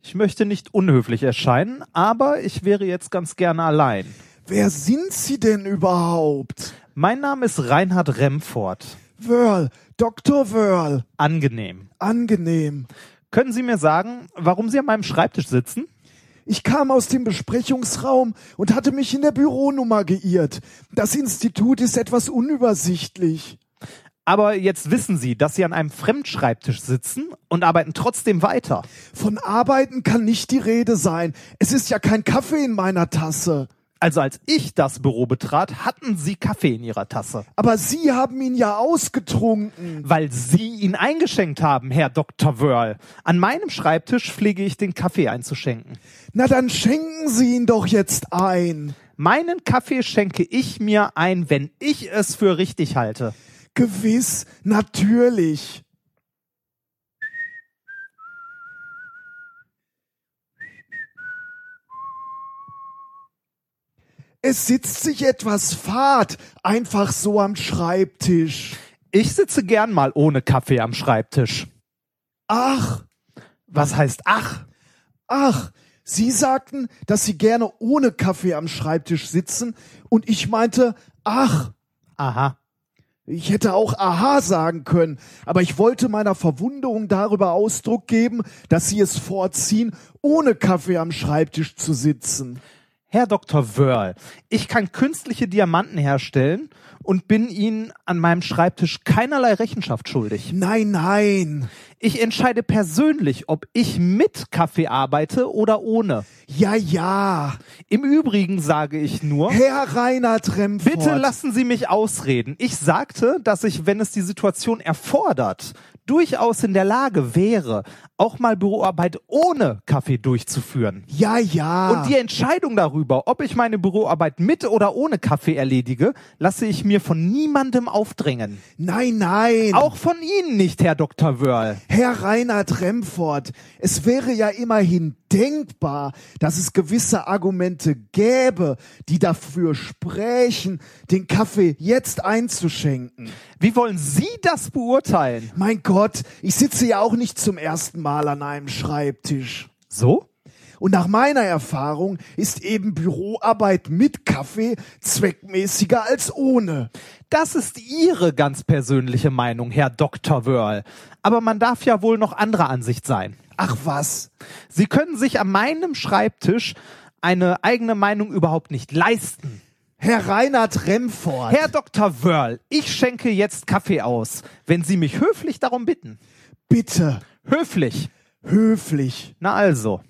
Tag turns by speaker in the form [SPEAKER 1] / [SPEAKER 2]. [SPEAKER 1] Ich möchte nicht unhöflich erscheinen, aber ich wäre jetzt ganz gerne allein.
[SPEAKER 2] Wer sind Sie denn überhaupt?
[SPEAKER 1] Mein Name ist Reinhard Remford.
[SPEAKER 2] Wörl, Dr. Wörl.
[SPEAKER 1] Angenehm.
[SPEAKER 2] Angenehm.
[SPEAKER 1] Können Sie mir sagen, warum Sie an meinem Schreibtisch sitzen?
[SPEAKER 2] Ich kam aus dem Besprechungsraum und hatte mich in der Büronummer geirrt. Das Institut ist etwas unübersichtlich.
[SPEAKER 1] Aber jetzt wissen Sie, dass Sie an einem Fremdschreibtisch sitzen und arbeiten trotzdem weiter.
[SPEAKER 2] Von Arbeiten kann nicht die Rede sein. Es ist ja kein Kaffee in meiner Tasse.
[SPEAKER 1] Also als ich das Büro betrat, hatten Sie Kaffee in Ihrer Tasse,
[SPEAKER 2] Aber Sie haben ihn ja ausgetrunken.
[SPEAKER 1] weil Sie ihn eingeschenkt haben, Herr Dr. Wörl. An meinem Schreibtisch pflege ich den Kaffee einzuschenken.
[SPEAKER 2] Na dann schenken Sie ihn doch jetzt ein.
[SPEAKER 1] Meinen Kaffee schenke ich mir ein, wenn ich es für richtig halte.
[SPEAKER 2] Gewiss, natürlich. Es sitzt sich etwas fad, einfach so am Schreibtisch.
[SPEAKER 1] Ich sitze gern mal ohne Kaffee am Schreibtisch.
[SPEAKER 2] Ach,
[SPEAKER 1] Was heißt ach?
[SPEAKER 2] ach, Sie sagten, dass Sie gerne ohne Kaffee am Schreibtisch sitzen, und ich meinte, ach,
[SPEAKER 1] Aha.
[SPEAKER 2] Ich hätte auch Aha sagen können, aber ich wollte meiner Verwunderung darüber Ausdruck geben, dass sie es vorziehen, ohne Kaffee am Schreibtisch zu sitzen.
[SPEAKER 1] Herr Dr. Wörl, ich kann künstliche Diamanten herstellen und bin Ihnen an meinem Schreibtisch keinerlei Rechenschaft schuldig.
[SPEAKER 2] Nein, nein.
[SPEAKER 1] Ich entscheide persönlich, ob ich mit Kaffee arbeite oder ohne.
[SPEAKER 2] Ja, ja.
[SPEAKER 1] Im Übrigen sage ich nur,
[SPEAKER 2] Herr Reinhard Remford.
[SPEAKER 1] bitte lassen Sie mich ausreden. Ich sagte, dass ich, wenn es die Situation erfordert, durchaus in der Lage wäre, auch mal Büroarbeit ohne Kaffee durchzuführen.
[SPEAKER 2] Ja, ja.
[SPEAKER 1] Und die Entscheidung darüber, ob ich meine Büroarbeit mit oder ohne Kaffee erledige, lasse ich mir von niemandem aufdrängen.
[SPEAKER 2] nein, nein.
[SPEAKER 1] Auch von Ihnen nicht, Herr Dr. Wörl.
[SPEAKER 2] Herr Reinhard Remford, es wäre ja immerhin denkbar, dass es gewisse Argumente gäbe, die dafür sprechen, den Kaffee jetzt einzuschenken.
[SPEAKER 1] Wie wollen Sie das beurteilen?
[SPEAKER 2] Mein Gott, ich sitze ja auch nicht zum ersten Mal an einem Schreibtisch.
[SPEAKER 1] So?
[SPEAKER 2] Und nach meiner Erfahrung ist eben Büroarbeit mit Kaffee zweckmäßiger als ohne.
[SPEAKER 1] Das ist Ihre ganz persönliche Meinung, Herr Dr. Wörl. Aber man darf ja wohl noch anderer Ansicht sein.
[SPEAKER 2] Ach was,
[SPEAKER 1] Sie können sich an meinem Schreibtisch eine eigene Meinung überhaupt nicht leisten.
[SPEAKER 2] Herr Reinhard Remford,
[SPEAKER 1] Herr Dr. Wörl, ich schenke jetzt Kaffee aus, wenn Sie mich höflich darum bitten.
[SPEAKER 2] bitte,
[SPEAKER 1] Höflich.
[SPEAKER 2] höflich.
[SPEAKER 1] Na also.